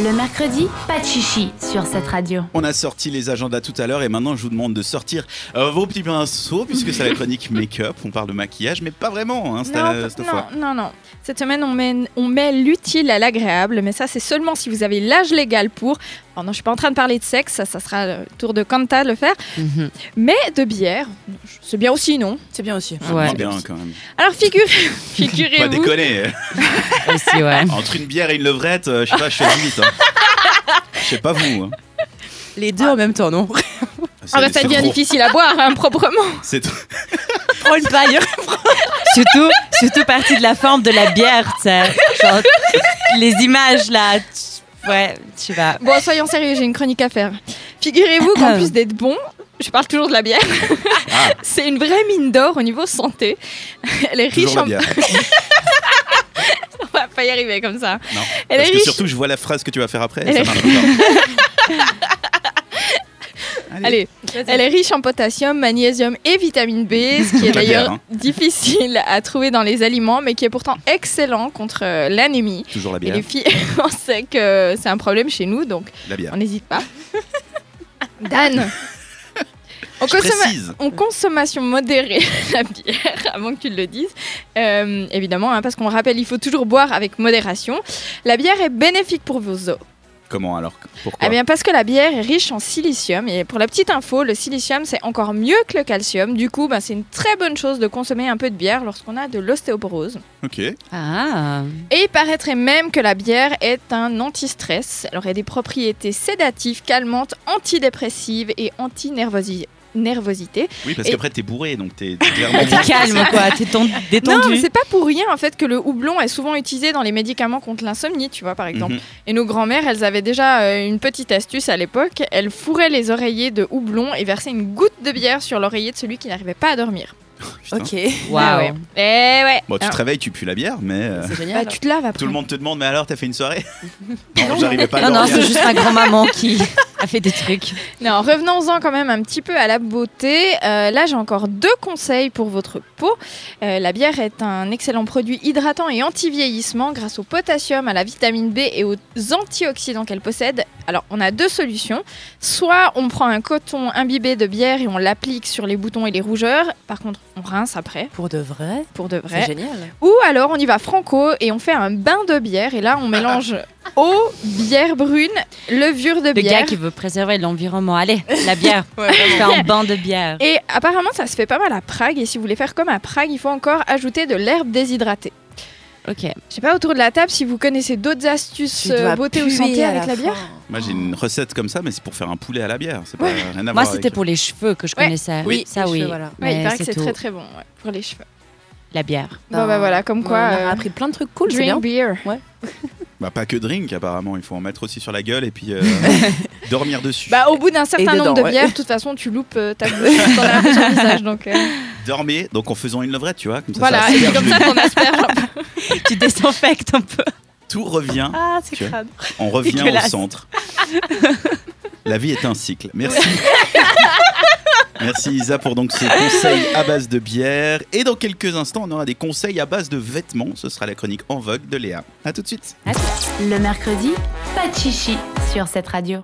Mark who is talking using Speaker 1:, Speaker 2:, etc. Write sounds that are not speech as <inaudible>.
Speaker 1: Le mercredi, pas de chichi sur cette radio.
Speaker 2: On a sorti les agendas tout à l'heure et maintenant je vous demande de sortir euh, vos petits pinceaux puisque c'est la chronique make-up. On parle de maquillage, mais pas vraiment hein, cette,
Speaker 3: non,
Speaker 2: cette
Speaker 3: non,
Speaker 2: fois.
Speaker 3: non, non. Cette semaine, on met, on met l'utile à l'agréable, mais ça, c'est seulement si vous avez l'âge légal pour. Alors non, je suis pas en train de parler de sexe, ça, ça sera le tour de Kanta de le faire.
Speaker 4: Mhm.
Speaker 3: Mais de bière, c'est bien aussi, non Ah.
Speaker 5: C'est bien aussi.
Speaker 4: Ouais,
Speaker 2: C'est bien quand même.
Speaker 3: Alors figure- <laughs>
Speaker 2: Pas
Speaker 3: figurez-vous,
Speaker 2: déconner. euh,
Speaker 3: <laughs>
Speaker 4: aussi, ouais.
Speaker 2: Entre une bière et une levrette, euh, je sais pas, je fais vite. Je sais pas vous. hein.
Speaker 5: Les deux en même
Speaker 3: <laughs>
Speaker 5: temps, non
Speaker 2: C'est-
Speaker 3: ah bah, ça
Speaker 2: c'est
Speaker 3: devient
Speaker 2: trop.
Speaker 3: difficile à boire, hein, proprement.
Speaker 2: C'est trop.
Speaker 5: Prends une paille.
Speaker 4: <laughs> surtout, surtout partie de la forme de la bière, tu sais. Genre, les images, là. tu- Ouais, tu vas.
Speaker 3: <laughs> Bon, soyons sérieux, j'ai une chronique à faire. Figurez-vous qu'en plus d'être bon, je parle toujours de la bière,
Speaker 2: <laughs> Ah.
Speaker 3: c'est une vraie mine d'or au niveau santé. Elle est riche
Speaker 2: Toujours la
Speaker 3: en...
Speaker 2: bière.
Speaker 3: <laughs> On va pas y arriver comme ça.
Speaker 2: Non.
Speaker 3: Elle
Speaker 2: Parce
Speaker 3: est
Speaker 2: que
Speaker 3: riche.
Speaker 2: surtout, je vois la phrase que tu vas faire après.
Speaker 3: Elle
Speaker 2: ça
Speaker 3: est-
Speaker 2: m'intéresse.
Speaker 3: <laughs>
Speaker 2: Allez.
Speaker 3: Allez, elle est riche en potassium, magnésium et vitamine B, ce qui
Speaker 2: <laughs> La bière,
Speaker 3: est d'ailleurs
Speaker 2: hein.
Speaker 3: difficile à trouver dans les aliments, mais qui est pourtant excellent contre euh, l'anémie.
Speaker 2: Toujours la
Speaker 3: Et
Speaker 2: bière.
Speaker 3: les filles, <laughs> on sait que c'est un problème chez nous, donc
Speaker 2: La bière.
Speaker 3: on n'hésite pas.
Speaker 2: <laughs>
Speaker 3: Dan on
Speaker 2: Je précise.
Speaker 3: en consommation modérée <laughs> la bière, avant que tu le dises, Euh, évidemment, hein, parce qu'on rappelle, il faut toujours boire avec modération. La bière est bénéfique pour vos os.
Speaker 2: Comment alors Pourquoi
Speaker 3: Eh bien, parce que la bière est riche en silicium. Et pour la petite info, le silicium, c'est encore mieux que le calcium. Du coup, ben, c'est une très bonne chose de consommer un peu de bière lorsqu'on a de l'ostéoporose.
Speaker 2: Ok.
Speaker 4: Ah.
Speaker 3: Et il paraîtrait même que la bière est un anti-stress. Elle aurait des propriétés sédatives, calmantes, antidépressives et anti-nervosité.
Speaker 2: Oui, parce
Speaker 3: Et-
Speaker 2: qu'après, t'es bourré, donc t'es
Speaker 3: <laughs>
Speaker 2: t'es clairement.
Speaker 4: T'es calme, quoi. T'es ton- détendu.
Speaker 3: Non, mais c'est pas pour rien en fait que le houblon est souvent utilisé dans les médicaments contre l'insomnie, tu vois par exemple.
Speaker 2: Mhm.
Speaker 3: Et nos grand-mères, elles avaient déjà euh, une petite astuce à l'époque. Elles fourraient les oreillers de houblon et versaient une goutte de bière sur l'oreiller de celui qui n'arrivait pas à dormir.
Speaker 2: Putain.
Speaker 5: Ok.
Speaker 4: Waouh.
Speaker 3: ouais. Eh ouais.
Speaker 2: Bon, tu
Speaker 3: Ah.
Speaker 2: te réveilles, tu pues la bière, mais euh,
Speaker 5: C'est
Speaker 3: Bah,
Speaker 5: génial.
Speaker 3: tu te laves après.
Speaker 2: tout le monde te demande, mais alors, t'as fait une soirée Non, j'arrivais pas à
Speaker 4: Non, non,
Speaker 2: dormir.
Speaker 4: c'est juste ma grand-maman
Speaker 3: <laughs>
Speaker 4: qui a fait des trucs.
Speaker 3: Non, revenons-en quand même un petit peu à la beauté. Euh, là, j'ai encore deux conseils pour votre peau. Euh, la bière est un excellent produit hydratant et anti-vieillissement grâce au potassium, à la vitamine B et aux antioxydants qu'elle possède. Alors, on a deux solutions. Soit on prend un coton imbibé de bière et on l'applique sur les boutons et les rougeurs. Par contre, on rince après,
Speaker 5: Pour de vrai
Speaker 3: pour de
Speaker 5: C'est
Speaker 3: vrai.
Speaker 5: génial.
Speaker 3: Ou alors, on y va franco et on fait un bain de bière. Et là, on
Speaker 4: <laughs>
Speaker 3: mélange eau, bière brune, levure de
Speaker 4: Le
Speaker 3: bière.
Speaker 4: gars qui veut préserver l'environnement. Allez,
Speaker 3: <laughs>
Speaker 4: la bière. Fais un bain de bière.
Speaker 3: Et apparemment, ça se fait pas mal à Prague. Et si vous voulez faire comme à Prague, il faut encore ajouter de l'herbe déshydratée.
Speaker 4: Ok.
Speaker 3: Je sais pas autour de la table si vous connaissez d'autres astuces euh, beauté ou santé avec la, bière.
Speaker 2: Moi, j'ai une recette comme ça, mais c'est pour faire un poulet à la bière. C'est pas rien à
Speaker 4: Moi,
Speaker 2: voir.
Speaker 4: c'était
Speaker 2: avec-
Speaker 4: pour les cheveux que je
Speaker 3: Ouais.
Speaker 4: connaissais.
Speaker 2: Oui,
Speaker 4: ça
Speaker 5: les
Speaker 4: oui.
Speaker 5: cheveux, voilà.
Speaker 3: Ouais, il
Speaker 4: Mais
Speaker 3: paraît que
Speaker 4: c'est
Speaker 3: c'est
Speaker 4: tout.
Speaker 3: très très bon ouais, pour les cheveux.
Speaker 4: La bière.
Speaker 3: bon bah voilà, comme quoi.
Speaker 5: On a
Speaker 3: euh,
Speaker 5: appris plein de trucs cool, c'est bien.
Speaker 3: drink beer.
Speaker 2: Bah, pas que drink, apparemment. Il faut en mettre aussi sur la gueule et puis euh, dormir dessus.
Speaker 3: Bah, au bout d'un certain
Speaker 5: dedans,
Speaker 3: nombre de
Speaker 5: ouais.
Speaker 3: bières, de toute façon, tu loupes euh, ta bouche, t'en as sur le <laughs> visage. Donc, euh,
Speaker 2: Dormez, donc en faisant une levrette, tu vois. Comme ça, ça
Speaker 3: voilà, et puis
Speaker 2: asperge
Speaker 3: comme
Speaker 2: le-
Speaker 3: ça, t'en asperges.
Speaker 4: tu désinfectes un peu.
Speaker 2: Tout revient,
Speaker 5: Ah, c'est
Speaker 2: Tu vois.
Speaker 5: crade.
Speaker 2: on revient au
Speaker 4: Dégueulasse.
Speaker 2: centre. La vie est un cycle.
Speaker 5: <laughs>
Speaker 2: Merci. Merci Isa pour donc ces conseils à base de bière. Et dans quelques instants, on aura des conseils à base de vêtements. Ce sera la chronique en vogue de Léa. À tout de suite.
Speaker 1: Le mercredi, pas de chichi sur cette radio.